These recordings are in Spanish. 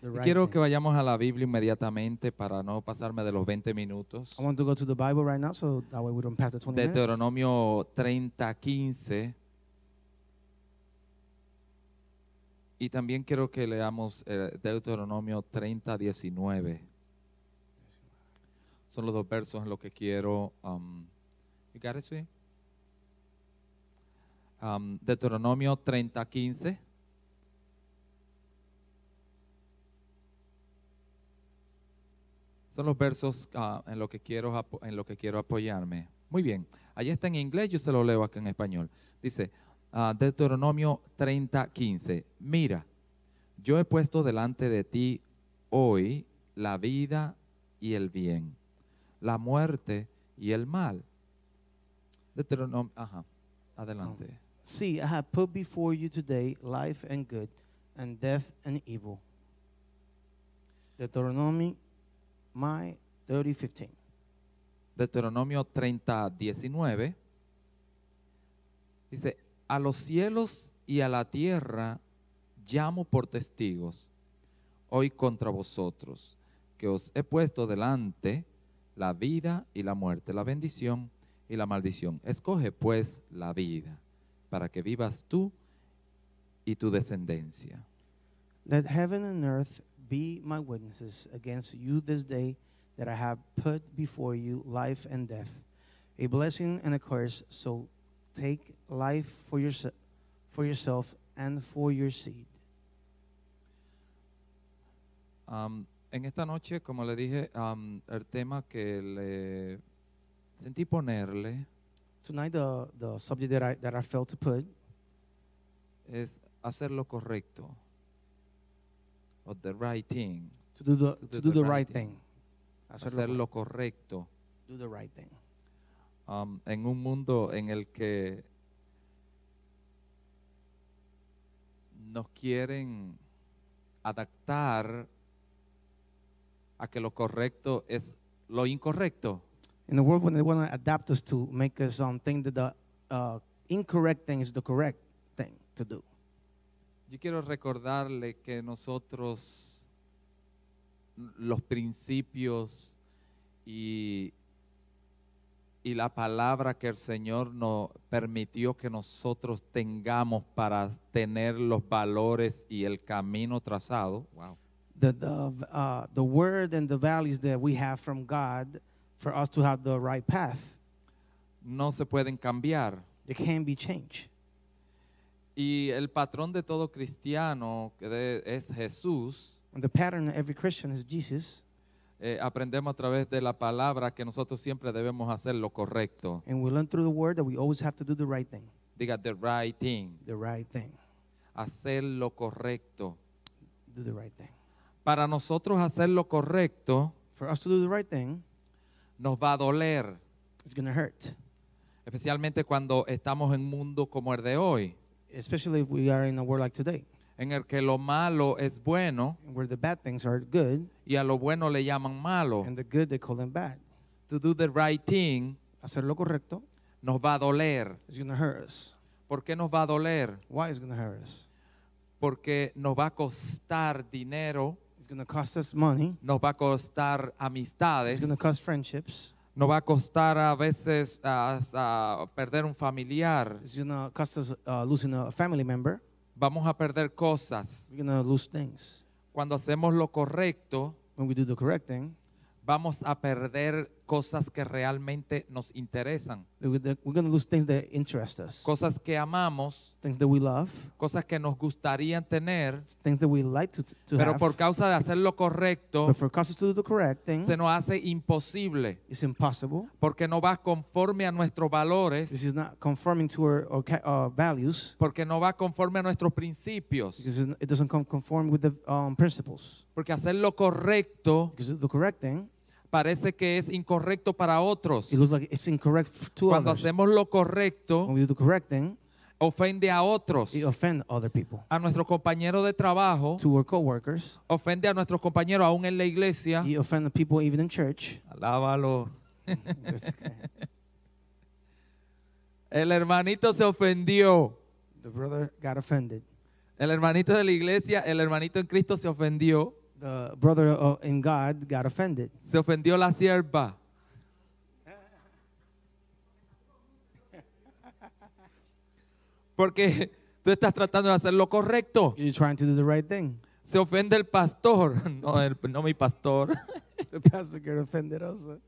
the Y right quiero thing. que vayamos a la Biblia inmediatamente para no pasarme de los 20 minutos. I want to go to the Bible right now, so that way we don't pass the 20 minutes. Deuteronomio 30, 15. Y también quiero que leamos eh, Deuteronomio 30, 19. Son los dos versos en los que quiero... um, you got it, sweetie? Um, Deuteronomio 30, 15. Son los versos ah, en, los que quiero, apo- en los que quiero apoyarme. Muy bien, allí está en inglés, yo se lo leo acá en español. Dice, ah, Deuteronomio 30, 15, mira, yo he puesto delante de ti hoy la vida y el bien, la muerte y el mal. Deuteronomio, ajá, adelante. See, I have put before you today life and good, and death and evil. Deuteronomy, my 30, 15. Deuteronomio 30, 19, dice, a los cielos y a la tierra llamo por testigos hoy contra vosotros, que os he puesto delante la vida y la muerte, la bendición y la maldición. Escoge pues la vida para que vivas tú y tu descendencia. Let heaven and earth be my witnesses against you this day that I have put before you life and death, a blessing and a curse. So take life for, yourse- for yourself and for your seed. Am, en esta noche, como le dije, am, el tema que le sentí ponerle Tonight, the, the subject that I, that I failed to put es hacer lo correcto. O the right thing. to do the, to do the right thing. Hacerlo Hacer lo correcto. Do the right thing. um, en un mundo en el que nos quieren adaptar a que lo correcto es lo incorrecto. In the world, when they want to adapt us to make us um, think that the uh, incorrect thing is the correct thing to do. Yo quiero recordarle que nosotros n- los principios y, y la palabra que el Señor nos permitió que nosotros tengamos para tener los valores y el camino trazado. Wow. The, the, v- uh, the word and the values that we have from God for us to have the right path, no se pueden cambiar. they can be changed. Y el patrón de todo cristiano que de- es Jesús. And the pattern of every Christian is Jesus, Eh, aprendemos a través de la palabra que nosotros siempre debemos hacer lo correcto. and we learn through the word that we always have to do the right thing. Diga the right thing, The right thing. hacer lo correcto. Do the right thing. Para nosotros hacer lo correcto For us to do the right thing, nos va a doler, it's going to hurt, especialmente cuando estamos en un mundo como el de hoy, especially if we are in a world like today, en el que lo malo es bueno where the bad things are good, y a lo bueno le llaman malo. and the good they call them bad. To do the right thing Hacer lo correcto nos va a doler. is going to hurt us. ¿Por qué nos va a doler? Why is going to hurt us? porque nos va a costar dinero, It's going to cost us money. nos va a costar amistades, It's going to cost friendships. nos va a costar a veces ah, hasta perder un familiar, It's going to cost us uh, losing a family member. vamos a perder cosas. We're going to lose things. Cuando hacemos lo correcto, When we do the correct thing, vamos a perder cosas que realmente nos interesan, we're going to lose things that interest us, cosas que amamos, things that we love, cosas que nos gustaría tener, things that we like to, to pero have. por causa de hacer lo correcto, but for us to do the correct thing, se nos hace imposible, it's impossible. porque no va conforme a nuestros valores. This is not conforming to our, our ca- uh, values porque no va conforme a nuestros principios. because it doesn't come conform with the um, principles. Porque hacer lo correcto Because the correct thing parece que es incorrecto para otros. It looks like it's incorrect f- to Cuando others. hacemos lo correcto, When we do the correct thing, ofende a otros. it offends other people. A nuestro compañero de trabajo, To our coworkers, ofende a nuestros compañeros aún en la iglesia. it offends the people even in church. Alábalo. It's- El hermanito se ofendió. the brother got offended. El hermanito de la iglesia, el hermanito en Cristo se ofendió. The brother uh, in God got offended. Se ofendió la sierva. Porque tú estás tratando de hacer lo correcto. You're trying to do the right thing. Se ofende el pastor. No, el- no mi pastor. the pastor get offended also.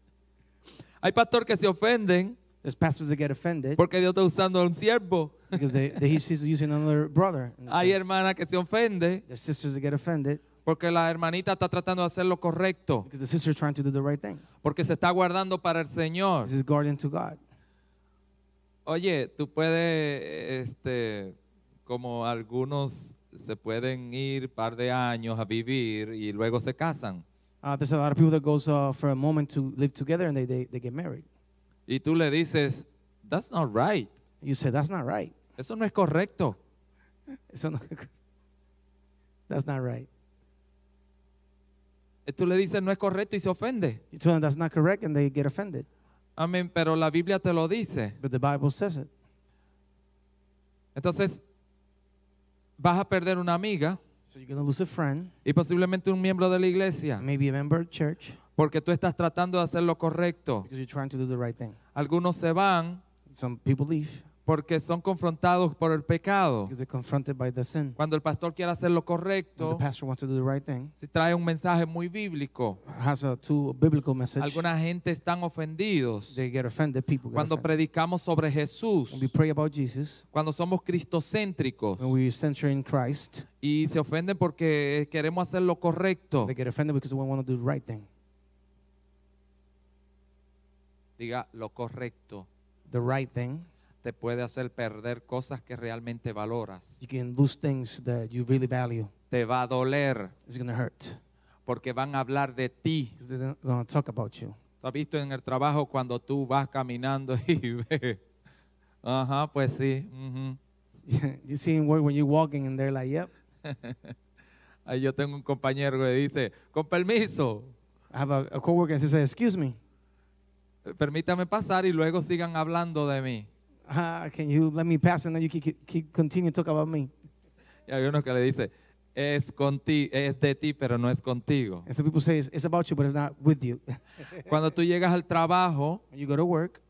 Hay pastores que se ofenden There's pastors that get offended porque Dios está usando a un siervo. because they, they, he sees using another brother. in the Hay church. hermanas que se ofenden There's sisters that get offended porque la hermanita está tratando de hacer lo correcto. because the sister's trying to do the right thing. Porque se está guardando para el Señor. This is guardian to God. Oye, tú puedes, este, como algunos se pueden ir par de años a vivir y luego se casan. Uh, there's a lot of people that goes uh, for a moment to live together and they, they, they get married. Y tú le dices, that's not right. You say that's not right. Eso no es correcto. It's not, that's not right. Y tú le dices, no es correcto y se ofende. You tell them that's not correct and they get offended. Amén, pero la Biblia te lo dice. But the Bible says it. Entonces, vas a perder una amiga So you're gonna lose a friend, y posiblemente un miembro de la iglesia maybe a member of church, porque tú estás tratando de hacer lo correcto. because you're trying to do the right thing. Algunos se van Some people leave porque son confrontados por el pecado. because they're confronted by the sin. Cuando el pastor quiere hacer lo When the correcto, pastor wants to do the right thing, si trae un mensaje muy bíblico, has a two biblical message. alguna gente están ofendidos. They get offended. People get Cuando offended. predicamos sobre Jesús, When we pray about Jesus, cuando somos cristocéntricos when we center in Christ, y se ofenden porque queremos hacer lo correcto, they get offended because we want to do the right thing. diga lo correcto, The right thing, te puede hacer perder cosas que realmente valoras. you can lose things that you really value. Te va a doler It's gonna hurt porque van a hablar de ti. because they're not gonna talk about you. ¿Tú has visto en el trabajo cuando tú vas caminando y ves? Ajá, pues sí. ujú. you see in work when you're walking and they're like, "Yep, Ahí yo tengo un compañero que dice, con permiso, I have a, a coworker and she says, "Excuse me, permítame pasar y luego sigan hablando de mí. uh, can you let me pass?" And then you keep, keep continue to talk about me. Y hay uno que le dice, es, conti es de ti, pero no es contigo. And some people say it's, it's about you, but it's not with you. Cuando tú llegas al trabajo, when you go to work,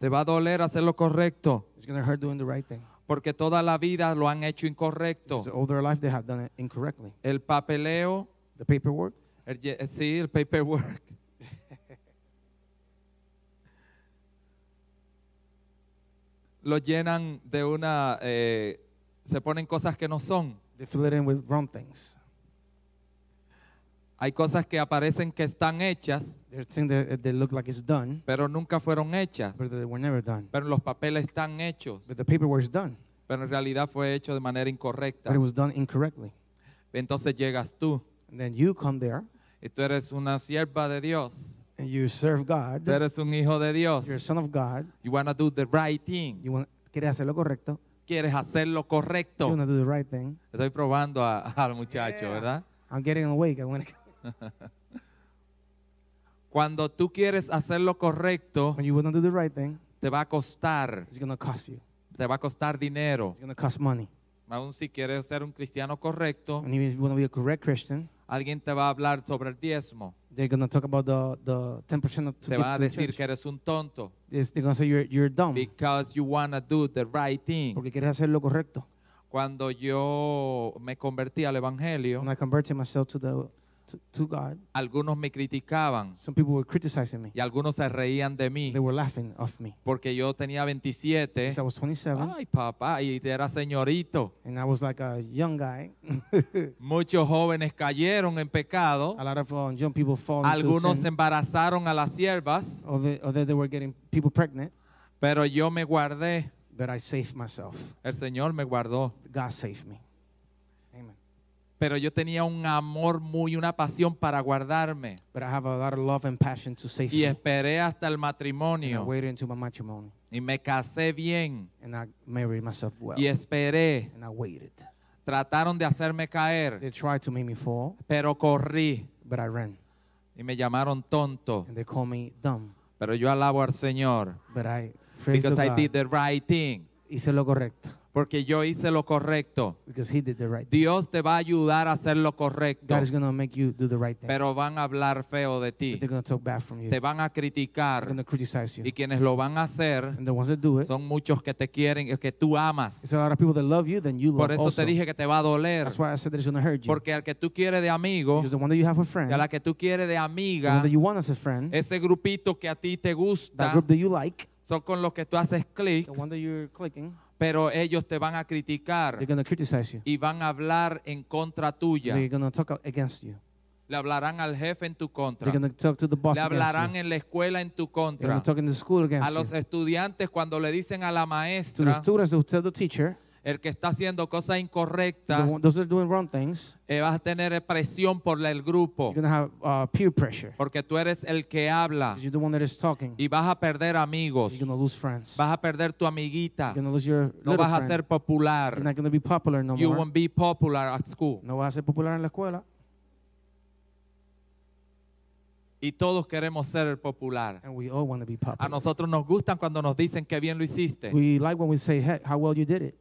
te va a doler hacer lo correcto, it's gonna hurt doing the right thing. porque toda la vida lo han hecho incorrecto. Because all their life they have done it incorrectly. El papeleo, The paperwork, el ye- eh, sí, el paperwork. lo llenan de una, eh, se ponen cosas que no son. they fill it in with wrong things. Hay cosas que aparecen que están hechas, There's things that they look like it's done, pero nunca fueron hechas. but they were never done. Pero los papeles están hechos, But the paperwork is done, pero en realidad fue hecho de manera incorrecta. but it was done incorrectly. Entonces llegas tú And then you come there y tú eres una sierva de Dios. and you serve God. Tú eres un hijo de Dios. You're a son of God. You wanna do the right thing. You want quieres hacer lo correcto. Quieres hacer lo You correcto. want to do the right thing. Estoy probando a- al muchacho, Yeah. ¿verdad? I'm getting awake. I want to. Cuando tú quieres hacer lo correcto, When you want to do the right thing, te va a costar, it's gonna cost you. te va a costar dinero. It's gonna cost money. Aún si quieres ser un cristiano correcto, And even if you want to be a correct Christian, alguien te va a hablar sobre el diezmo. they're gonna talk about the the ten percent of to Te give va a to the decir church. que eres un tonto. It's- They're gonna say you're you're dumb Because you wanna do the right thing. porque quieres hacer lo correcto. Cuando yo me convertí al evangelio, When I converted myself to the to, to God, algunos me criticaban some people were criticizing me. y algunos se reían de mí They were laughing off me. porque yo tenía 27. Because I was 27 Ay, papá, y era señorito. and I was like a young guy. Muchos jóvenes cayeron en pecado. A lot of um, young people fall into Algunos sin. embarazaron a las siervas, Or they, or they they were getting people pregnant. pero yo me guardé. But I saved myself. El Señor me guardó. God saved me. Amen. Pero yo tenía un amor muy, una pasión para guardarme. but I have a lot of love and passion to save Y you. esperé hasta el And I matrimonio. waited into my matrimony Y me casé bien. and I married myself well. Y esperé. And I waited. Trataron de hacerme caer. They tried to make me fall, Pero corrí. but I ran. Y me llamaron tonto. And they call me dumb, Pero yo alabo al Señor. but I praise the Because I God. did the right thing. Hice lo correcto Porque yo hice lo correcto. because he did the right thing. Dios te va a ayudar a hacer lo correcto. God is going to make you do the right thing. Pero van a hablar feo de But ti. they're going to talk back from you. Te They're van a criticar. going to criticize you. Y quienes lo van a hacer And the ones that do it, son muchos que te quieren, que tú amas. it's a lot of people that love you, then you love Por eso also. te dije que te va a doler. That's why I said that it's going to hurt you. Porque al que tú quieres de amigo, because the one that you have a friend, y a la que tú quieres de the one amiga, that you want as a friend, ese grupito que a ti te that gusta, group that you like, son con los que tú haces clic, the one that you're clicking, pero ellos te van a criticar they're going to criticize you. y van a hablar en contra tuya. They're going to talk a- against you. Le hablarán al jefe en tu contra. They're going to talk to the boss Le against you. hablarán en la escuela en tu They're going contra. to talk in the school A against you. los estudiantes cuando le dicen a la To the maestra, students, they'll tell the teacher, el que está haciendo cosas the incorrectas, one, those that are doing wrong things, eh, vas a tener presión por la- el you're grupo, going to have uh, peer pressure. porque tú eres el que habla 'cause you're the one that is talking. Ah. y vas a perder amigos, You're going to lose friends. vas a perder tu amiguita, You're going to lose your no little vas a friend. ser You're popular, not going to be popular no you more. won't be popular at school. No vas a ser popular en la escuela. Y todos queremos ser popular. And we all want to be A popular. nosotros nos gustan cuando nos dicen que bien lo hiciste, We like when we say, hey, how well you did it.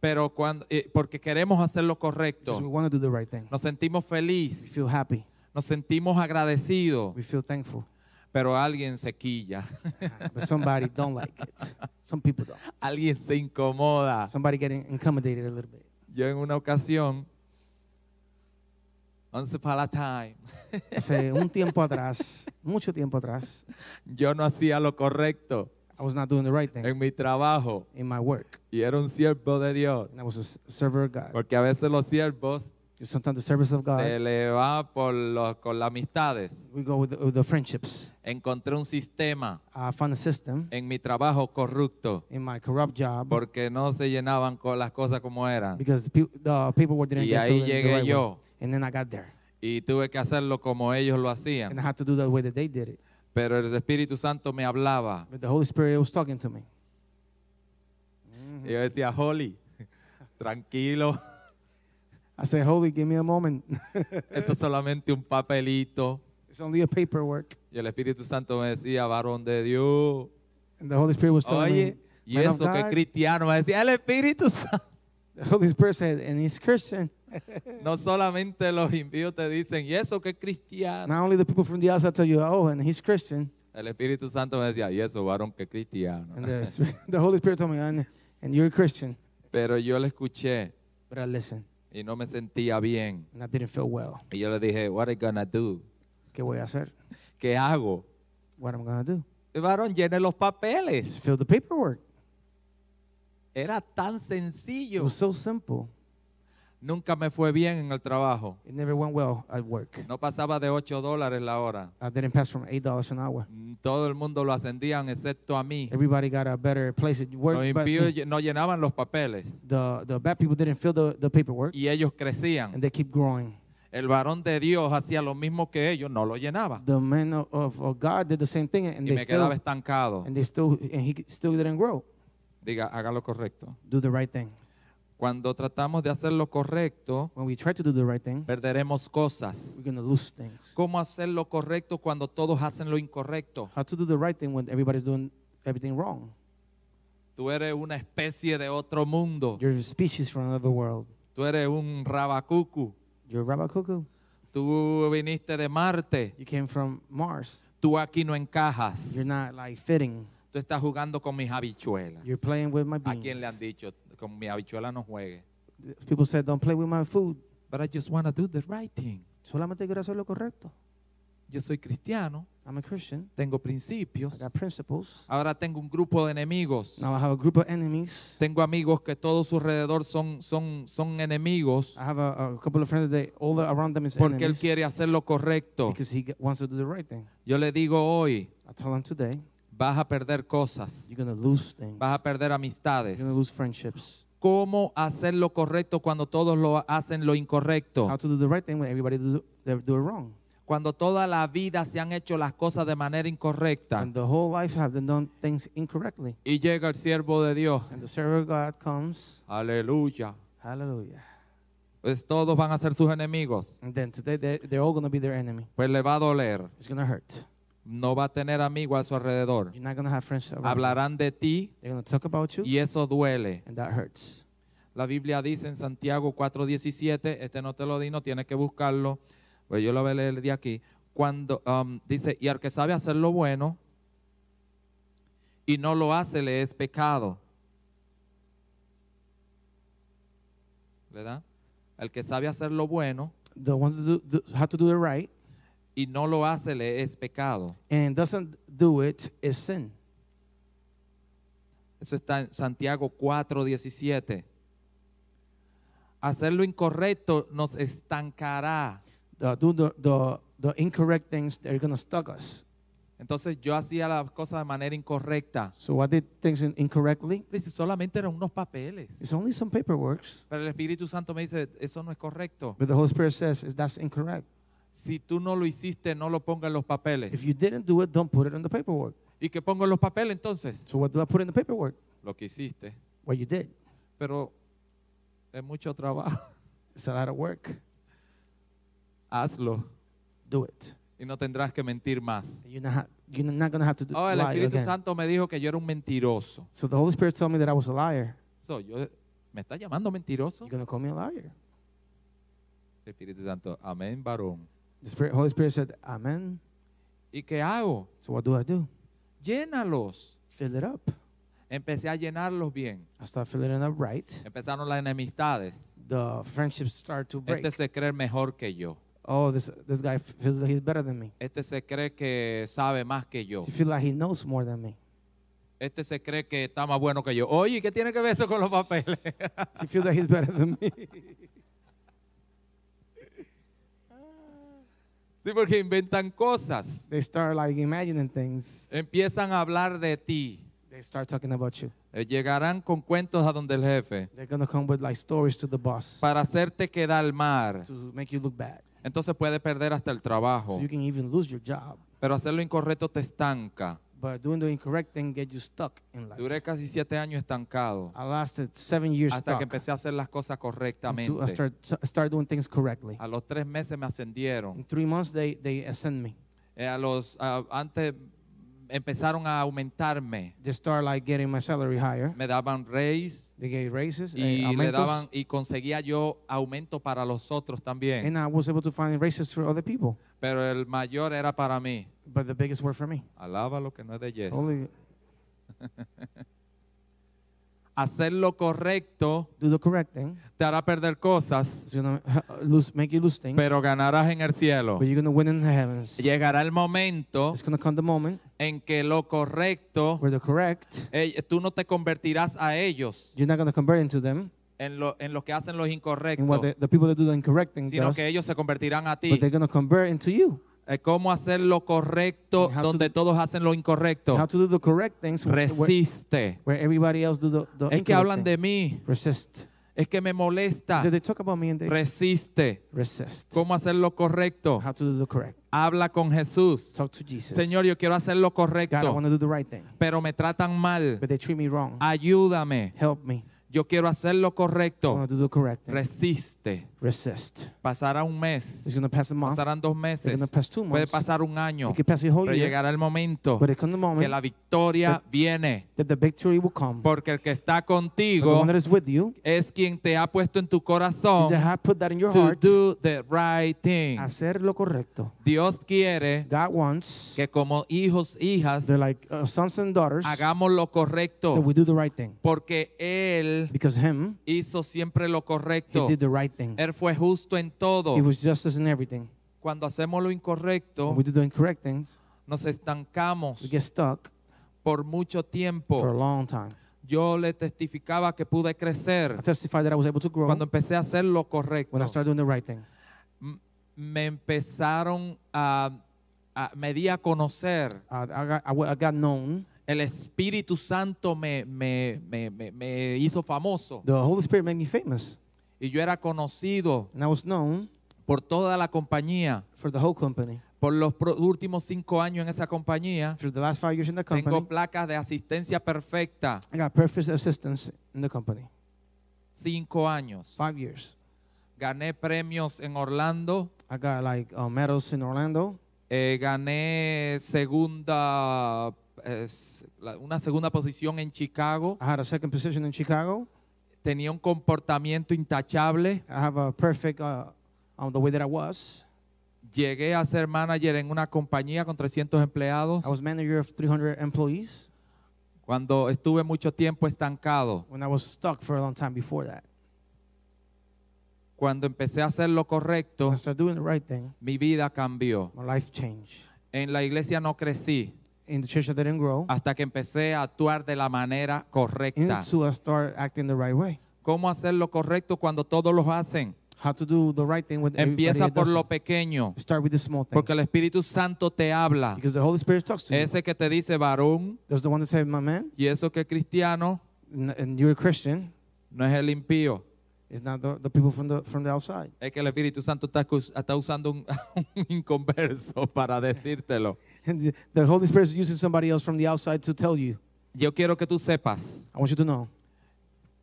pero cuando, eh, porque queremos hacer lo Because we correcto, want to do the right thing. nos sentimos We feliz, feel happy. nos sentimos agradecidos, We feel thankful. pero alguien se quilla, but somebody don't like it. Some people don't. alguien se incomoda. Somebody getting intimidated a little bit. Yo en una ocasión, once upon a time, Say, un tiempo atrás, mucho tiempo atrás, yo no hacía lo correcto I was not doing the right thing en mi trabajo in my work. y era un siervo de Dios. And I was a s- server of God. Porque a veces los siervos Sometimes the service of se God, le va por los, con las amistades. we go with the, with the friendships. Encontré un sistema I found a system en mi trabajo corrupto in my corrupt job porque no se llenaban con las cosas como eran because the, peo- the paperwork didn't Y get ahí filled in the llegué right way. yo. And then I got there. y tuve que hacerlo como ellos lo And I hacían. had to do that the way that they did it. Pero el Espíritu Santo me hablaba But the Holy Spirit was talking to me. y yo decía, Holly, tranquilo. I said, Holy, give me a moment. Eso es solamente un papelito. it's only a paperwork. Y el Espíritu Santo me decía, varón de Dios. And the Holy Spirit was telling me, Oye, y "Man of eso que God." cristiano me decía, el Espíritu Santo. the Holy Spirit said, and he's Christian. No solamente los impíos te dicen, y eso que cristiano. Not only the people from the outside tell you, oh, and he's Christian. El Espíritu Santo me decía, y eso varón que cristiano. And the, Spirit- the Holy Spirit told me, and, and you're a Christian. Pero yo le escuché But I listened, y no me sentía bien. and I didn't feel well. Y yo le dije, what are you gonna do? ¿Qué voy a hacer? ¿Qué hago? What am I going to do? El varón, llene los papeles. Just fill the paperwork. Era tan It sencillo. was so simple. Nunca me fue bien en el trabajo. It never went well at work. No pasaba de 8 dólares la hora. I didn't pass from $8 an hour. Mm, Todo el mundo lo ascendían excepto a mí. Everybody got a better place at work. Los but impíos lle- no llenaban los papeles the, the bad people didn't fill the, the paperwork, y ellos crecían. and they keep growing. El varón de Dios hacía lo mismo que ellos, no lo llenaba The men of, of, of God did the same thing, and y they me quedaba still estancado. and they still and he still didn't grow. Diga, haga lo correcto. Do the right thing. Cuando tratamos de hacer lo correcto, When we try to do the right thing, perderemos cosas. we're gonna lose things. ¿Cómo hacer lo correcto cuando todos hacen lo incorrecto? How to do the right thing when everybody's doing everything wrong? Tú eres una especie de otro mundo. You're a species from another world. Tú eres un rabacucu. You're a rabbit cuckoo. Tú viniste de Marte. You came from Mars. Tú aquí no encajas. You're not like fitting. Tú estás jugando con mis habichuelas. You're playing with my ¿A quién le han beans. dicho? Con mi habichuela no juegue. People said, "Don't play with my food." But I just want to do the right thing. Solamente quiero hacer lo correcto. Yo soy cristiano, I'm a Christian. tengo principios. I got principles. Ahora tengo un grupo de enemigos. Now I have a group of enemies. Tengo amigos que todo su alrededor son, son, son enemigos I have a, a couple of friends that all around them is porque él enemies quiere hacer lo correcto. because he get- wants to do the right thing. Yo le digo hoy, I tell him today, vas a perder cosas, you're gonna lose things. vas a perder amistades, You're gonna lose friendships. cómo hacer lo correcto cuando todos lo hacen lo incorrecto. How to do the right thing when everybody do, they do it wrong. Cuando toda la vida se han hecho las cosas de manera incorrecta. And the whole life have they done things incorrectly. Y llega el siervo de Dios. And the servant of God comes, Aleluya. hallelujah. Pues todos van a ser sus enemigos. And then today they're, they're all going to be their enemy. Pues le va a doler. It's going to hurt. No va a tener amigos a su alrededor. You're not going to have friends around. Hablarán de ti They're going to talk about you, y eso duele. and that hurts. La Biblia dice en Santiago 4:17, este no te lo di, no tienes que buscarlo, pues yo lo voy a leer de aquí. Cuando um, dice, y al que sabe hacer lo bueno y no lo hace, le es pecado. ¿Verdad? El que sabe hacer lo bueno The ones that do, do, have to do it right y no lo hace, le es pecado. and doesn't do it is sin. Eso está en Santiago 4:17. Hacer lo incorrecto nos estancará. The, do the, the, the incorrect things, they're going to stuck us. Entonces yo hacía las cosas de manera incorrecta. So I did things in- incorrectly. Dice, solamente eran unos papeles. It's only some paperwork, Pero el Espíritu Santo me dice, eso no es correcto. but the Holy Spirit says is that's incorrect. Si tú no lo hiciste, no lo pongas en los If papeles. you didn't do it, don't put it on the paperwork. ¿Y que pongo en los papeles entonces? So what do I put in the paperwork? Lo que hiciste. What you did. Pero es mucho trabajo. It's a lot of work. Hazlo Do it. y no tendrás que mentir más. You're not, ha- you're not going to have to do Oh, el lie Espíritu again. Santo me dijo que yo era un mentiroso. So the Holy Spirit told me that I was a liar. So, yo, ¿Me está llamando mentiroso? You're going to call me a liar. El Espíritu Santo, amén, varón. The Spirit, Holy Spirit said, Amen. ¿Y qué hago? So what do I do? Llénalos. Fill it up. Empecé a llenarlos bien. I start filling it up right. Empezaron las enemistades. The friendships start to break. Este se cree mejor que yo. oh, this this guy feels like he's better than me. Este se cree que sabe más que yo. He feels like he knows more than me. Este se cree que está más bueno que yo. Oye, ¿y ¿qué tiene que ver eso con los papeles? He feels like he's better than me. Sí, porque inventan cosas. they start like imagining things. Empiezan a hablar de ti. They start talking about you. Eh, Llegarán con cuentos a donde el jefe They're gonna come with like stories to the boss para hacerte quedar mal. to make you look bad. Entonces puedes perder hasta el trabajo. So you can even lose your job. Pero hacer lo incorrecto te estanca. But doing the incorrect thing get you stuck in life. Duré casi siete años estancado I lasted seven years hasta Ah, stuck que empecé a hacer las cosas until I correctamente. start start doing things correctly. A los tres meses me ascendieron. In three months, they they ascend me. Eh, a los a- antes empezaron a aumentarme, They start like getting my salary higher. me daban raise They gave raises, eh, y le aumentos, daban y conseguía yo aumento para los otros también, and I was able to find raises for other people. pero el mayor era para mí. But the biggest word for me, Alaba lo que no es de yes. only Hacer lo correcto do the correct thing. te hará perder cosas, It's gonna ha- uh, lose, make you lose things, Pues pero ganarás en el cielo. but you're gonna win in the heavens. Llegará el momento It's gonna come the moment en que lo correcto, where the correct, eh, tú no te convertirás a ellos you're not gonna convert into them, en lo, en lo que hacen los and what the, incorrectos, the people that do the incorrect thing sino does, que ellos se convertirán a ti. but they're gonna convert into you. Eh, cómo hacer lo correcto And how to donde do- todos hacen lo incorrecto. How to do the correct things where, where, Resiste. where everybody else do the, the Es que incorrect hablan thing. de mí, Resist. es que me molesta. So they talk about me and they Resiste. resist. ¿Cómo hacer lo correcto? How to do the correct. Habla con Jesús. Talk to Jesus. Señor, yo quiero hacer lo God, I correcto, Ah. want to do the right thing, pero me tratan mal. but they treat me wrong. Ayúdame. Help me. Yo quiero hacer lo I correcto. want to do the correct thing. Resiste. Resist. Pasará un mes. It's gonna pass a month. Pasarán dos It's meses. gonna pass two Puede months. pasar un año. It could pass a whole Pero year. llegará el momento But it comes the que moment la victoria viene. that the victory will come. But Porque el que está the contigo one that is with you, es quien te ha puesto en tu they corazón have put that in your to heart. do the right thing. Hacer lo correcto. Dios quiere God wants, que como hijos, hijas, they're like uh, sons and daughters, that hagamos lo correcto. we do the right thing. Porque Él Because Him, hizo siempre lo He correcto. did the right thing. Él fue justo en todo. He was justice in everything. Cuando hacemos lo incorrecto, When we do the incorrect things, nos estancamos we get stuck por mucho for a tiempo. long time. Yo le testificaba que pude I crecer testified that I was able to grow cuando empecé a hacer lo correcto. when I started doing the right thing. m- me empezaron a, a- me di a conocer Uh, I, got, I, wa- I got known El Espíritu Santo me, me- me- me- me hizo famoso The Holy Spirit made me famous, y yo era conocido and I was known por toda la compañía. for the whole company. Por los pro- últimos cinco años en esa compañía, For the last five years in the company, tengo placas de asistencia perfecta. I got perfect assistance in the company. Cinco años. Five years. Gané premios en Orlando. I got like uh, medals in Orlando. eh, gané segunda, es, la- una segunda posición en Chicago. I had a second position in Chicago. Tenía un comportamiento intachable. I have a perfect uh, on the way that I was. Llegué a ser manager en una compañía con 300 empleados. I was manager of 300 employees Cuando estuve mucho tiempo estancado. when I was stuck for a long time before that. Cuando empecé a hacer lo correcto, When I started doing the right thing, mi vida cambió. my life changed. En la iglesia no crecí In the church, I didn't grow hasta que empecé a actuar de la manera correcta. until I started acting the right way. ¿Cómo hacer lo correcto cuando todos lo hacen? How to do the right thing with everybody Empieza that por doesn't. lo pequeño, Start with the small things. porque el Espíritu Santo te habla. because the Holy Spirit talks to you. Ese que te dice varón, There's the one that said, my man, y eso que es cristiano, n- and you're a Christian. no es el impío. It's not the, the people from the, from the outside. Es que el Espíritu Santo está, acus- está usando un, un inconverso para decírtelo. And the, the Holy Spirit is using somebody else from the outside to tell you. Yo quiero que tú sepas I want you to know.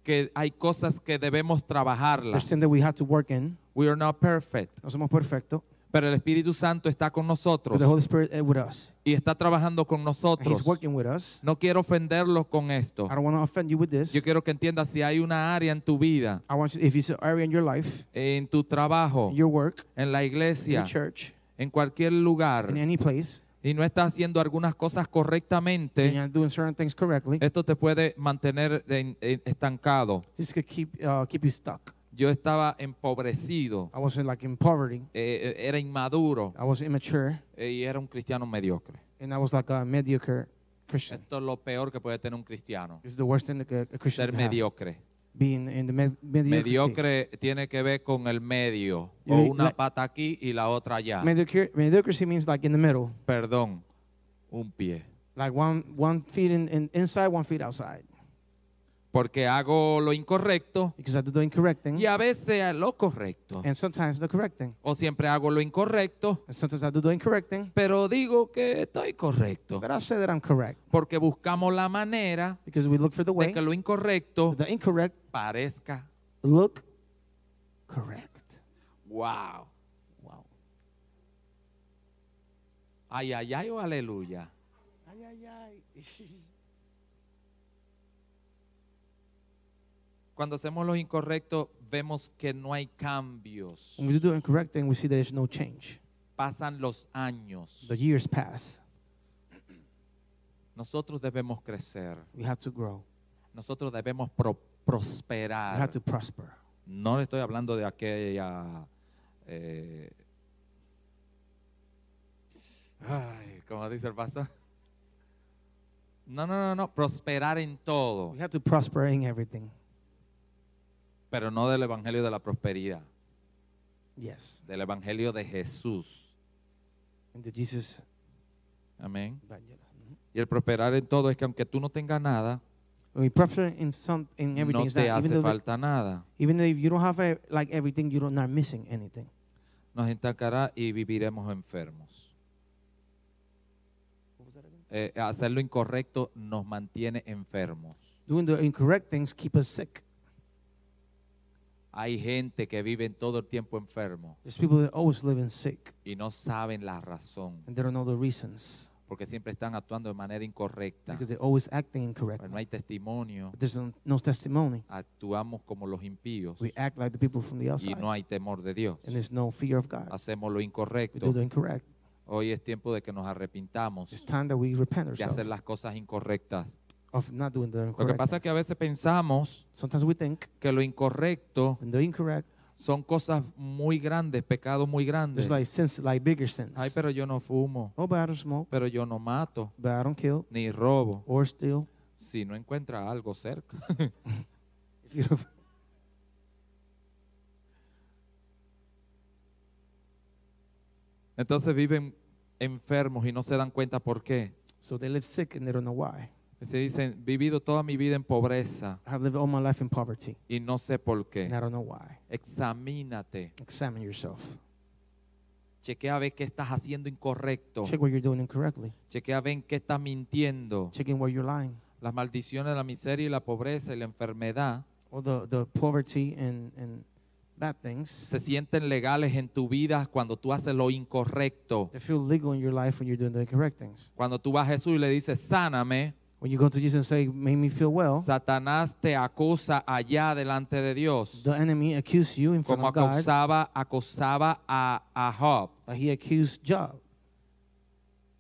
que hay cosas que debemos trabajarlas. Understand that we have to work in. We are not perfect, No somos perfectos. pero el Espíritu Santo está con But the Holy nosotros Spirit is with us. y está trabajando con And he's nosotros. working with us. No quiero ofenderlos con esto. I don't want to offend you with this. Yo quiero que entiendas si hay una área en tu vida, I want you, if it's an area in your life, en tu trabajo, in your work, en la in your iglesia, church, en cualquier lugar, in any place, y no estás haciendo algunas cosas and correctamente, you're not doing certain things correctly, esto te puede mantener en- en- estancado. this could keep uh, keep you stuck. Yo estaba empobrecido, I was like in poverty. eh, eh, era inmaduro I was immature, eh, y era un cristiano mediocre. and I was like a mediocre Christian. Esto es lo peor que puede tener un cristiano, This is the worst thing that a- a Christian ser can have, mediocre. being in the med- mediocrity. Mediocre tiene que ver con el medio, Yo o di- una la- pata aquí y la otra allá. Mediocre- mediocrity means like in the middle, Perdón, un pie. like one one feet in, in inside, one feet outside. Porque hago lo incorrecto Because I do the incorrect thing, y a veces lo correcto. and sometimes the correct thing, O siempre hago lo incorrecto and sometimes I do the incorrect thing. pero digo que estoy correcto. But I say that I'm correct Porque buscamos la manera because we look for the de way que lo incorrecto the incorrect parezca look correct. wow. Wow. Ay, ay, ay, o aleluya. Cuando hacemos lo incorrecto, vemos que no hay cambios. When we do the incorrect thing, we see there's no change. Pasan los años. The years pass. Nosotros debemos crecer. We have to grow. Nosotros debemos pro- We have prosperar. to prosper. No le estoy hablando de aquella. eh, ay, como dice el pastor. No, no, no, no. Prosperar en todo. We have to prosper in everything. Pero no del evangelio de la prosperidad. Yes. Del evangelio de Jesús. And the Jesus Amén. evangelist. Mhm. Y el prosperar en todo es que aunque tú no tengas nada, When Mm-hmm. we prosper in some in everything, no it's te not, even, hace though the- falta nada. even though if you don't have eh, like everything, you're not missing anything. Nos entancará y viviremos enfermos. Eh, hacer lo incorrecto nos mantiene enfermos. Doing the incorrect things keep us sick. Hay gente que vive todo el tiempo enfermo There's people that always live in sick y no saben la razón, and they don't know the reasons porque siempre están actuando de manera incorrecta. because they're always acting incorrectly. No hay testimonio, But there's no, no testimony. actuamos como los impíos We act like the people from the y outside, no hay temor de Dios. and there's no fear of God. Hacemos lo We do incorrecto. the incorrect. Hoy es tiempo de que nos arrepintamos It's time that we repent de hacer ourselves las cosas incorrectas. of not doing the Lo que incorrect. pasa es que a veces pensamos Sometimes we think que lo incorrecto in the incorrect, son cosas muy grandes, pecados muy there's grandes. like sins, like bigger sins. Ay, pero yo no fumo, Oh, but I don't smoke, pero yo no mato, but I don't kill ni robo. or steal. Si no encuentra algo cerca. If you don't- Entonces viven enfermos y no se dan cuenta por qué. So they live sick and they don't know why. Se dicen, vivido toda mi vida en pobreza I have lived all my life in poverty y no sé por and qué. I don't know why. Examínate. Examine yourself. Chequea a ver qué estás haciendo incorrecto. Check what you're doing incorrectly. Chequea a ver en qué estás mintiendo. Check in where you're lying. Las maldiciones, la miseria y la pobreza y la enfermedad All the, the poverty and, and bad things, se sienten legales en tu vida cuando tú haces lo incorrecto. they feel legal in your life when you're doing the incorrect things. Cuando tú vas a Jesús y le dices, sáname, When you go to Jesus and say, Make me feel well, Satanás te acusa allá delante de Dios. the enemy accused you in front Como of God, acusaba, acusaba a, a Job. like he accused Job.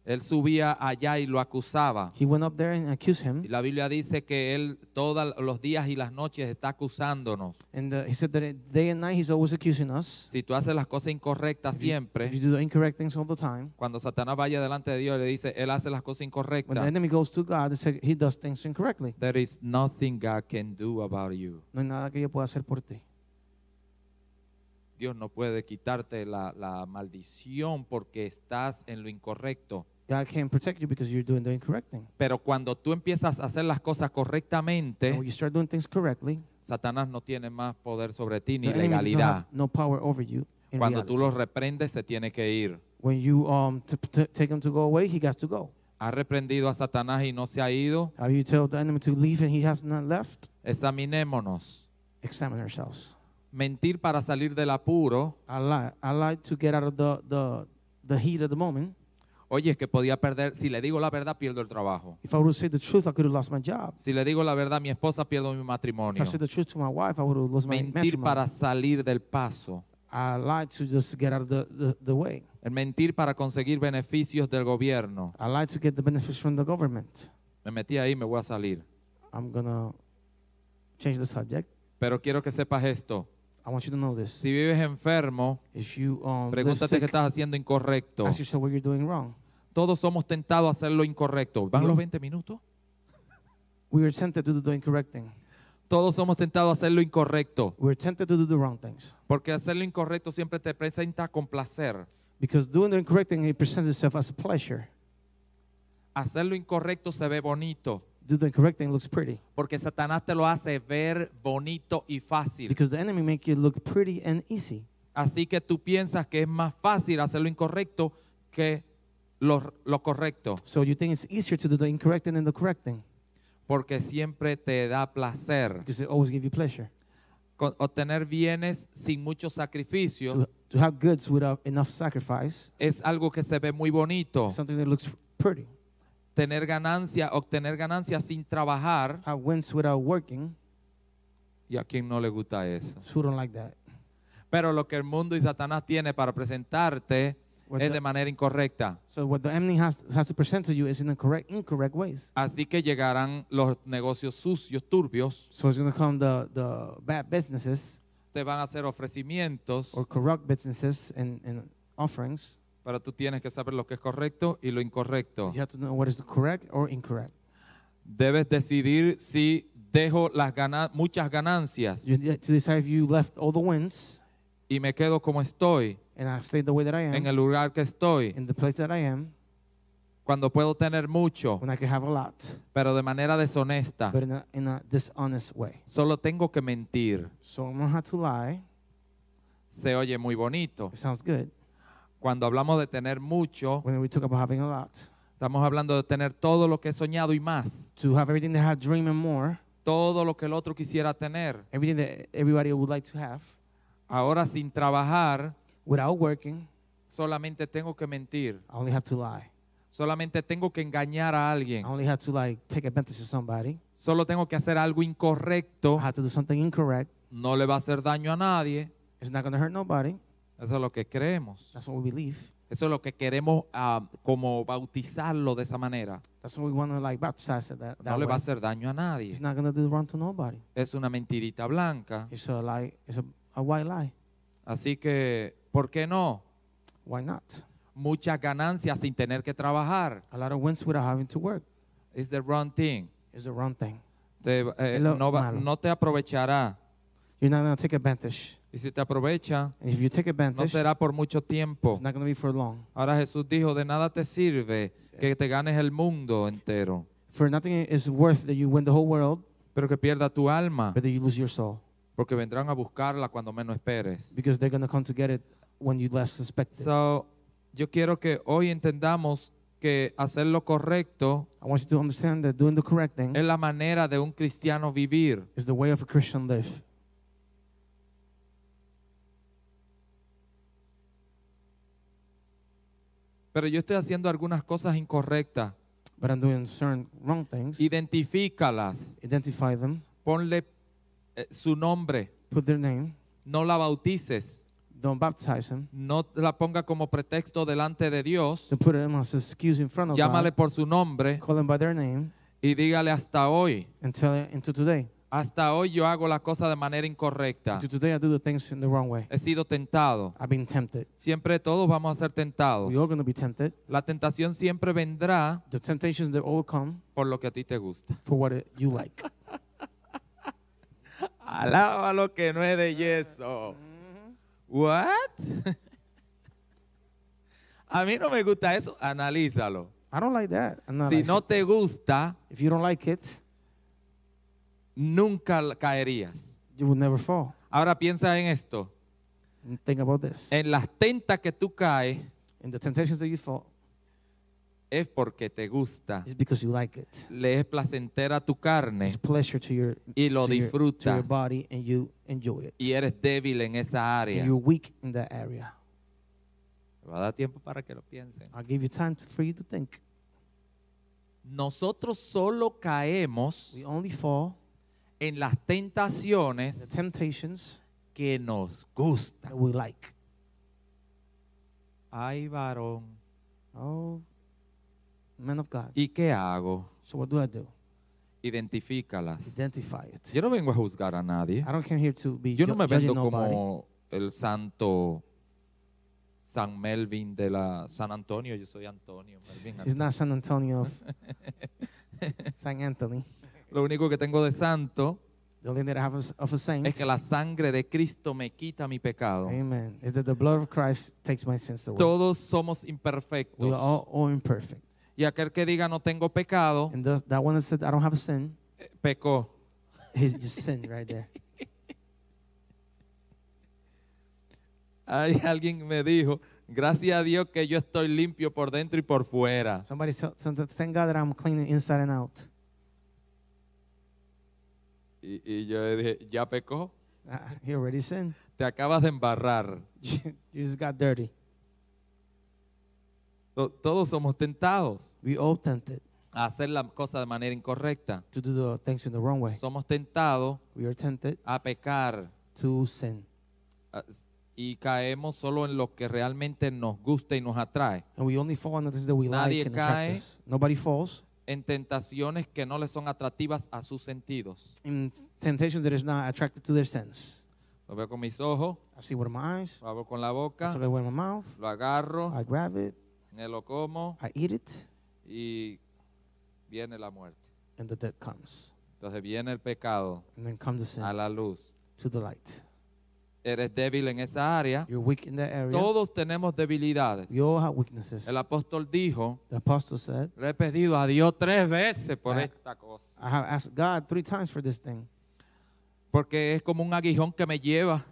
Él subía allá y lo acusaba. He went up there and accused Y him, la Biblia dice que él todos los días y las noches está acusándonos. and uh, he said that day and night he's always accusing us. Si tú haces las cosas incorrectas If siempre, you do the incorrect things all the time, cuando Satanás vaya delante de Dios y le dice, él hace las cosas when the incorrectas, enemy goes to God, they say, He does things incorrectly. there is nothing God can do about you. No hay nada que yo pueda hacer por ti. Dios no puede quitarte la, la maldición porque estás en lo incorrecto. God can't protect you because you're doing the incorrect thing. Pero cuando tú empiezas a hacer las cosas And correctamente, when you start doing things correctly, Satanás no tiene más poder sobre ti ni the enemy doesn't have legalidad. no power over you. In Cuando tú reality. los reprendes, se tiene que ir. when you um t- t- take him to go away, he has to go. Has reprendido a Satanás y no se ha ido. How you tell the enemy to leave and he has not left? Examinémonos. Examine ourselves. Mentir para salir del apuro. I lied. I lied to get out of the the the heat of the moment. Oye, es que podía perder. Si le digo la verdad, pierdo el trabajo. If I would have said the truth, I could have lost my job. Si le digo la verdad a mi esposa, pierdo mi matrimonio. If I said the truth to my wife, I would have lost my Mentir matrimony. para salir del paso. I lied to just get out of the, the, the way. El mentir para conseguir beneficios del gobierno. I lied to get the benefits from the government. Me metí ahí, me voy a salir. I'm gonna change the subject. Pero quiero que sepas esto. I want you to know this. Si vives enfermo, If you um, live pregúntate sick, qué estás haciendo incorrecto. ask yourself what you're doing wrong. Todos somos tentados a hacer lo incorrecto. ¿Van No. los 20 minutos? We are tempted to do the incorrect thing. Todos somos tentados a hacer lo incorrecto. We're tempted to do the wrong things Porque hacer lo incorrecto siempre te presenta con placer. because doing the incorrect thing it presents itself as a pleasure. Hacer lo incorrecto se ve bonito. Do the incorrect thing looks pretty Porque Satanás te lo hace ver bonito y fácil. because the enemy make you look pretty and easy. Así que tú piensas que es más fácil hacer lo incorrecto que lo, lo correcto. So you think it's easier to do the incorrect thing than the correct thing Porque siempre te da placer. because it always give you pleasure. Con- obtener bienes sin mucho sacrificio To, to have goods without enough sacrifice, es algo que se ve muy bonito. something that looks pretty. tener ganancia, obtener ganancia sin trabajar. Have wins without working, ¿Y a quién no le gusta eso? who don't like that? Pero lo que el mundo y Satanás tiene para presentarte What es the- de manera incorrecta. so what the enemy has, has to present to you is in the correct, incorrect ways. Así que llegarán los negocios sucios, turbios, So it's going to come the, the bad businesses te van a hacer ofrecimientos, or corrupt businesses and, and offerings. pero tú tienes que saber lo que es correcto y lo incorrecto. You have to know what is correct or incorrect. Debes decidir si dejo las gana- muchas ganancias You need to decide if you left all the wins y me quedo como estoy, and I stayed the way that I en am, el lugar que estoy, in the place that I am, cuando puedo tener mucho, when I could have a lot, pero de manera deshonesta. but in a, in a dishonest way. Solo tengo que mentir. So I'm going to have to lie. Se oye muy bonito. It sounds good. Cuando hablamos de tener mucho, When we talk about having a lot, estamos hablando de tener todo lo que he soñado y más. to have everything that I dream and more, Todo lo que el otro quisiera tener. everything that everybody would like to have, Ahora sin trabajar, without working, solamente tengo que mentir. I only have to lie. Solamente tengo que engañar a I alguien. only have to like take advantage of somebody. Solo tengo que hacer algo incorrecto. I have to do something incorrect. No le va a hacer daño a nadie. It's not going to hurt nobody. Eso es lo que creemos. That's what we believe. Eso es lo que queremos ah, como bautizarlo de esa manera. That's what we want to like baptize it that, that No le way. va a hacer daño a It's nadie. not going to do wrong to nobody. Es una mentirita blanca. It's a lie. It's a, a white lie. Así que, ¿por qué no? Why not? Muchas ganancias sin tener que trabajar. A lot of wins without having to work It's the wrong thing. is the wrong thing. Te- eh, Es lo no, va- malo. no te aprovechará. You're not going to take advantage. Y si te aprovecha, And if you take no advantage, será por mucho tiempo. it's not going to be for long. Ahora Jesús dijo, de nada te sirve que te ganes el mundo entero, For nothing is worth that you win the whole world, pero que pierda tu alma, but that you lose your soul. porque vendrán a buscarla cuando menos esperes. Because they're going to come to get it when you less suspect it. So, yo quiero que hoy entendamos que hacer lo correcto I want you to understand that doing the correct thing es la manera de un cristiano vivir. is the way of a Christian life. Pero yo estoy haciendo algunas cosas incorrectas. But I'm doing certain wrong things. Identifícalas. Identify them, Ponle eh, su nombre. put their name, No la bautices. don't baptize them, No la ponga como pretexto delante de Dios. then put them as excuse in front of Llámale God, por su nombre call them by their name, y dígale hasta hoy. and tell them into today. Hasta hoy yo hago la cosa de manera incorrecta. Into today, I do the things in the wrong way. He sido tentado. I've been tempted. Siempre todos vamos a ser tentados. We're all going to be tempted. La tentación siempre vendrá The temptations that all come por lo que a ti te gusta. for what it, you like. Alaba lo que no es de yeso. What? A mí no me gusta eso. Analízalo. I don't like that. I'm not Si like no it. te gusta, if you don't like it, nunca la- caerías. you will never fall. Ahora piensa en esto. Think about this. En las tentas que tú caes And the temptations that you fall es porque te gusta. is because you like it. Le es placentera a tu carne It's pleasure to your, y lo to your, to your disfrutas. body and you enjoy it. Y eres débil en esa área. And you're weak in that area. Va a dar tiempo para que lo piensen. I'll give you time to, for you to think. Nosotros solo caemos We only fall en las in the tentaciones temptations que nos gustan. that we like. Ay, varón, Oh, man of God. ¿y qué hago? So what do I do? Identifícalas. Identify it. Yo no vengo a juzgar a nadie. I don't come here to be Ah, Yo ju- no me judging vendo nobody. como el santo San Melvin de la San Antonio. Yo soy Antonio. Melvin He's Antonio. not San Antonio of San Anthony. Lo único que tengo de santo The only thing that I have is- of a saint. es que la sangre de Cristo me quita mi pecado. Amen. Is that the blood of Christ takes my sins away. Todos somos We are imperfectos. all, all imperfect. Y aquel que diga no tengo pecado, And thus- that one that said, I don't have a sin, eh, pecó. he's just sin right there. Hay alguien me dijo, gracias a Dios que yo estoy limpio por dentro y por fuera. Somebody said, thank God that I'm clean inside and out. Y, y yo le dije, ya pecó, Uh, he already sinned. te acabas de embarrar. you just got dirty. To- Todos somos tentados We all tempted a hacer las cosas de manera incorrecta. to do the things in the wrong way. Somos tentados We are tempted a pecar to sin. a- y caemos solo en lo que realmente nos gusta y nos atrae. And we only fall on the things that we Nadie like and attract cae. us. Nobody falls En tentaciones que no le son atractivas a sus sentidos. in temptation that is not attracted to their sense. Lo veo con mis ojos, I see with my eyes. lo hago con la I boca, took it with my mouth. lo agarro, I grab it. me lo como I eat it. y viene la muerte. And the death comes. Entonces viene el pecado And then comes the sin a la luz. to the light. Eres débil en esa área. You're weak in that area. Todos tenemos debilidades. We all have weaknesses. El apóstol dijo, The apostle said, le he pedido a Dios tres veces por Ah. esta cosa. I have asked God three times for this thing. Porque es como un aguijón que me lleva.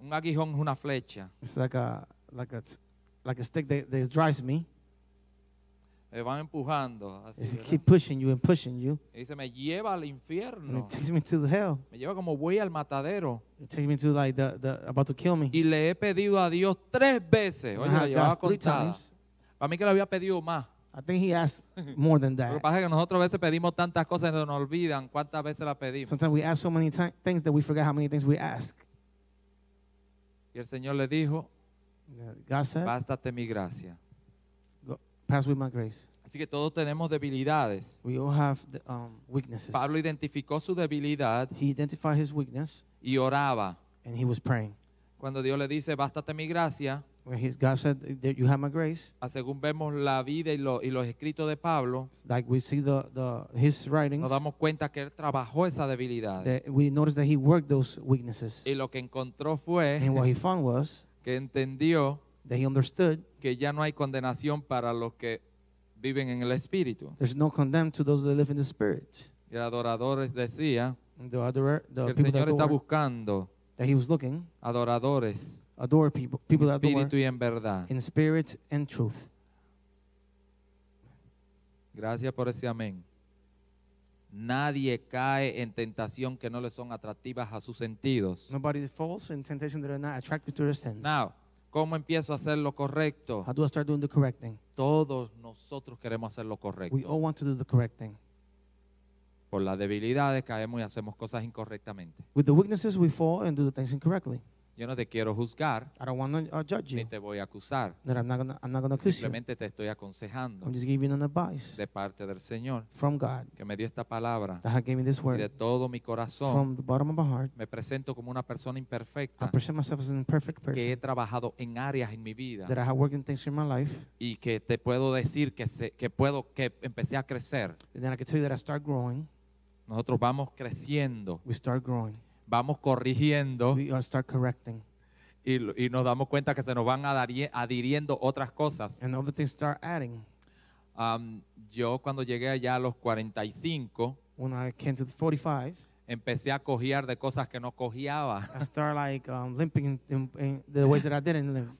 Un aguijón es una flecha. It's like a like a t- like a stick that, that drives me. Me van empujando. así, It's ¿verdad? keep pushing you and pushing you. y dice, me lleva al And infierno. it takes me to the hell. Me lleva como voy al matadero. It takes me to like the, the about to kill me. Y le he pedido a Dios tres veces. And I Oye, la have llevaba asked three contada. times. Para mí que le había pedido más. I think he asked more than Lo que that. pasa es que nosotros a veces pedimos tantas cosas y se nos olvidan cuántas veces las pedimos. Sometimes we ask so many ti- things that we forget how many things we ask. Y el Señor le dijo, God said, bástate mi gracia. "Pass with my grace." Así que todos tenemos debilidades. We all have the, um, weaknesses. Pablo identificó su debilidad He identified his weakness y oraba. and he was praying. Cuando Dios le dice, bástate mi gracia, When his God said that you have my grace, a según vemos la vida y, lo- y los escritos de Pablo, like we see the, the his writings, nos damos cuenta que él trabajó esa debilidad. that we notice that he worked those weaknesses. Y lo que encontró fue And what he found was que entendió that he understood que ya no hay condenación para los que viven en el Espíritu. There's no condemn to those that live in the Spirit. El adorador decía And The adorer, the que el people that, Señor está adore, buscando that he was looking, adoradores adore people, en people that adore espíritu y en verdad. in spirit and truth. Gracias por ese amén. Nadie cae en tentación que no le son atractivas a sus sentidos. Nobody falls in temptation that are not attracted to their sins. Now, ¿cómo empiezo a hacer lo correcto? How do I start doing the correct thing? Todos nosotros queremos hacer lo We correcto. all want to do the correct thing. Por las debilidades caemos y hacemos cosas incorrectamente. With the weaknesses, we fall and do the things incorrectly. Yo no te quiero juzgar I don't want to uh, judge ni you. te voy a acusar. That I'm not gonna, I'm not gonna accuse you. Simplemente te estoy aconsejando I'm just giving you an advice de parte del Señor from God que me dio esta palabra that had gave me this y de word todo mi corazón. from the bottom of my heart. Me presento como una persona I imperfecta present myself as an imperfect Ah. que he person trabajado en áreas en mi vida that I have worked in things in my life, y que te puedo decir que, se- que puedo que empecé a crecer. and then I can tell you that I start growing. Nosotros vamos creciendo, We start growing. vamos corrigiendo We uh, start correcting, y, lo- y nos damos cuenta que se nos van adari- adhiriendo otras cosas. and other things start adding. Am, yo cuando llegué allá a los 45 When I came to the 45, empecé a cojear de cosas que no cojeaba. I start like um, limping in, in, in the ways that I didn't limp.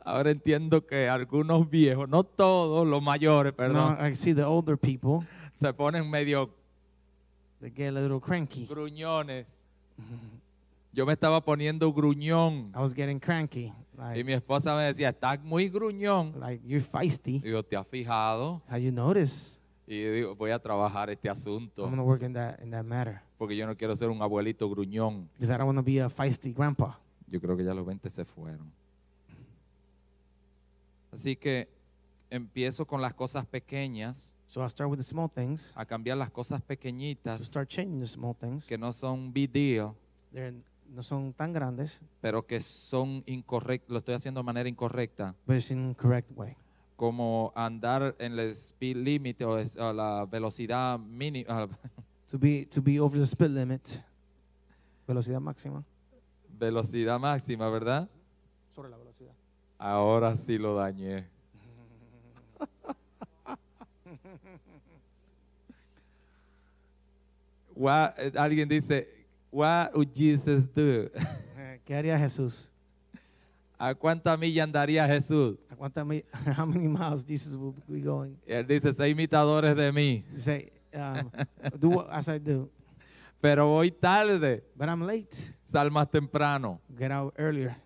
Ahora entiendo que algunos viejos, no todos, los mayores, perdón, Now I see the older people se ponen medio they get a little cranky. gruñones. Yo me estaba poniendo gruñón I was getting cranky, y like, mi esposa me decía, estás muy gruñón. like you're feisty. Y yo, ¿te has fijado? How you notice? Y yo digo, voy a trabajar este asunto I'm gonna work in that in that matter porque yo no quiero ser un abuelito gruñón. because I don't want to be a feisty grandpa. Yo creo que ya los 20 se fueron. Así que empiezo con las cosas pequeñas, So I start with the small things. a cambiar las cosas To pequeñitas start changing the small things. que no son big deal, They're no son tan grandes, pero que son incorrectas, lo estoy haciendo de manera incorrecta, but it's in the correct way. como andar en el speed límite o es- a la velocidad mínima, To be to be over the speed limit, velocidad máxima. velocidad máxima, ¿verdad? Sobre la velocidad. Ahora sí lo dañé. What- eh, alguien dice, what would Jesus do? Eh, ¿Qué haría Jesús? ¿A cuánta milla andaría Jesús? ¿A cuánta mi- how many miles Jesus will be going? Él dice, seis imitadores de mí, You say, um, do what as I do, pero voy tarde, but I'm late. sal más temprano. Get out earlier.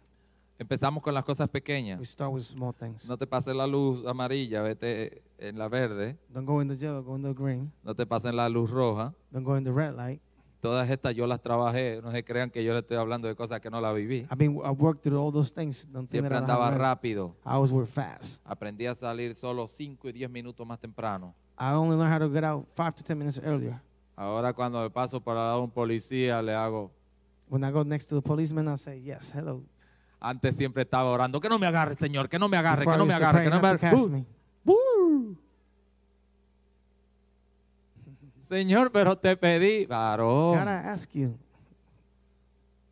Empezamos con las cosas We pequeñas. start with small things. No te pases la luz amarilla, vete en la verde. Don't go in the yellow, go in the green. No te pasen la luz roja. Don't go in the red light. Todas estas yo las trabajé, no se crean que yo le estoy hablando de cosas que no la viví. I mean, I worked through all those things. Don't think that Siempre I don't have andaba red. rápido. I always work fast. Aprendí a salir solo 5 y 10 minutos más temprano. I only learned how to get out five to ten minutes earlier. Ahora cuando me paso por al lado de un policía le hago... When I go next to the policeman, I'll say, yes, hello. Antes siempre estaba orando, que no me agarre, señor, que no me agarre, que Before I no me used to agarre, pray que no me not to catch agarre. me. "Uh, señor, pero te pedí, God, I varón. ask you,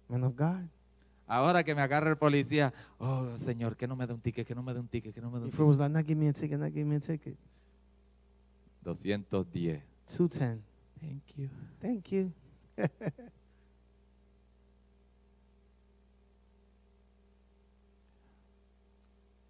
man of God, Ahora que me agarre el policía, oh, señor, que no me dé un ticket, que no me dé un ticket, que no me dé un if it ticket. was like, not give me a ticket, not give me a ticket. 210. 210. Thank you. Thank you.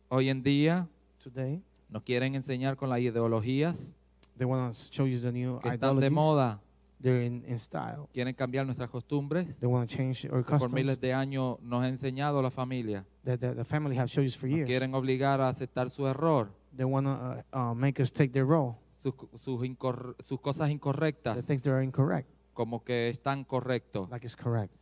Hoy en día Today, nos quieren enseñar con las ideologías they want to show you the new que están de ideologies. moda. They're in, in style. Quieren cambiar nuestras costumbres. They want to change our Por miles customs de años nos ha enseñado la familia. that the, the family have showed us for Nos years. quieren obligar a aceptar su error, They want to uh, uh, make us take their role, sus, co- sus, incor- sus cosas the incorrectas, things that are incorrect, como que están correctos. like it's correct.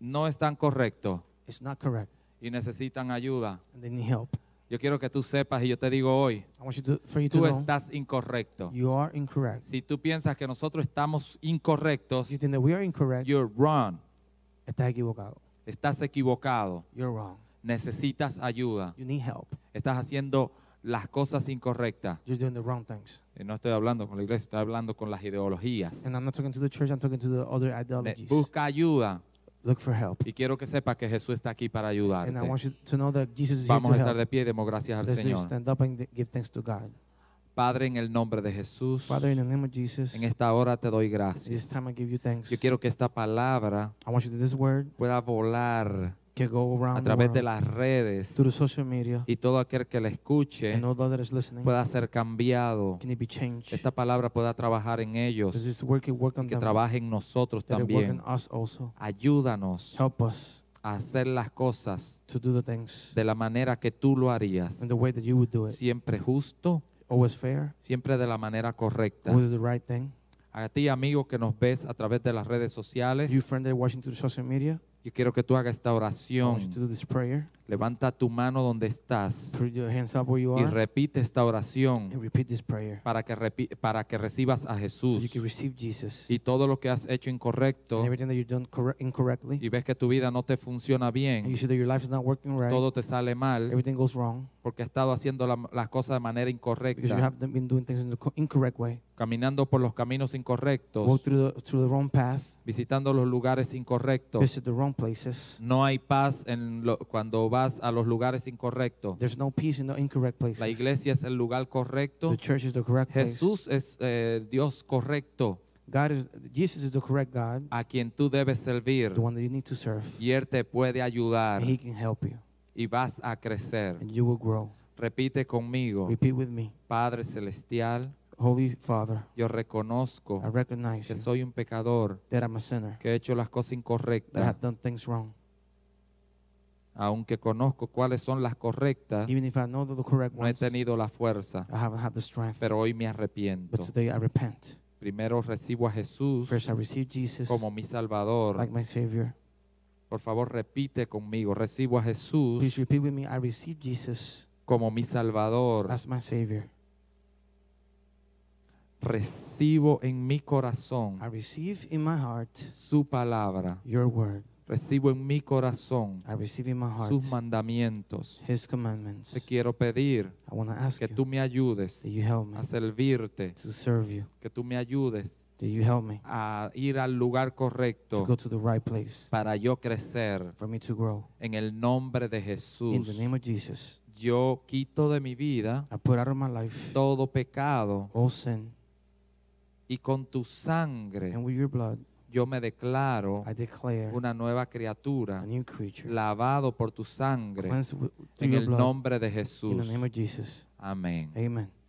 No están correctos It's not correct, y necesitan ayuda. and they need help. Yo quiero que tú sepas y yo te digo hoy, I want you to, for you to tú know, estás incorrecto. you are incorrect. Si tú piensas que nosotros estamos If incorrectos, You think that we are incorrect, you're wrong, está equivocado. estás equivocado, You're wrong. necesitas ayuda, You need help. estás haciendo las cosas incorrectas. You're doing the wrong things. Y no estoy hablando con la iglesia, estoy hablando con las ideologías. And I'm not talking to the church, I'm talking to the other Ne- ideologies. Busca ayuda. Look for help. Y quiero que sepa que Jesús está aquí para ayudarte. And I want you to know that Jesus is here Vamos to a estar help. de pie y demos gracias al Let's just Señor. stand up and give thanks to God. Padre, en el nombre de Jesús, Father, in the name of Jesus, en esta hora te doy this gracias. time I give you thanks. Yo quiero que esta palabra I want you to this word pueda volar can go around a the través de world, las redes through social media y todo aquel que la escuche and all that is listening. pueda ser cambiado. Can it be changed? Esta palabra pueda trabajar en Does ellos, this work it work on que them? trabaje en nosotros that it work también. on us also. Ayúdanos Help us a hacer las cosas to do the things de la manera que tú lo harías. in the way that you would do it. Siempre justo, Always fair, siempre de la manera correcta. always do the right thing. A ti, amigo, que nos ves a través de las redes sociales, You friend that watching through social media, yo quiero que tú hagas esta I want you to oración. do this prayer. Levanta tu mano donde estás Put your hands up where you y are repite esta and oración repeat this prayer para que, repi- para que recibas a so you Jesús can receive Jesus. y todo lo que has hecho incorrecto And everything that you've done corre- incorrectly, y ves que tu vida no te funciona and you bien, see that your life is not working right, todo te sale mal everything goes wrong porque has estado haciendo la- las cosas de manera because you incorrecta, have been doing things in the co- incorrect way. caminando por los caminos incorrectos, Walk through the through the wrong path, visitando los lugares incorrectos. visit the wrong places. No hay paz en lo- cuando vas a los lugares incorrectos. There's no peace in the incorrect places. La iglesia es el lugar correcto. The church is the correct place. Jesús es eh, Dios correcto God is Jesus is the correct God, a quien tú debes servir the one that you need to serve. y Él te puede ayudar And he can help you y vas a crecer. and you will grow. Repite conmigo, Repeat with me. Padre Celestial, Holy Father, yo reconozco I recognize que you, soy un pecador, that I'm a sinner, que he hecho las cosas that I incorrectas, have done things wrong. aunque conozco cuáles son las correctas, Even if I know the correct no he ones, I tenido la fuerza, haven't had the strength. pero hoy me arrepiento. But today I repent. Primero recibo a Jesús First, I receive Jesus como mi Salvador. like my Savior. Por favor, repite conmigo, recibo a Jesús Please repeat with me. I receive Jesus como mi Salvador. as my Savior. Recibo en mi corazón I receive in my heart su palabra. your word. Recibo en mi corazón I receive in my heart sus mandamientos. his commandments. Te quiero pedir I want to ask que you tú that me ayudes you help me a servirte, to serve you, que tú me ayudes that you help me a ir al lugar to go correcto to the right place para yo crecer. for me to grow. En el nombre de In the Jesús, name of Jesus, yo quito de mi vida I put out of my life todo pecado all sin, y con tu sangre and with your blood, yo me declaro I declare una nueva criatura a new creature, lavado por tu sangre cleansed with, through en your el blood. nombre de In Jesús. the name of Jesus, Amén. Amen.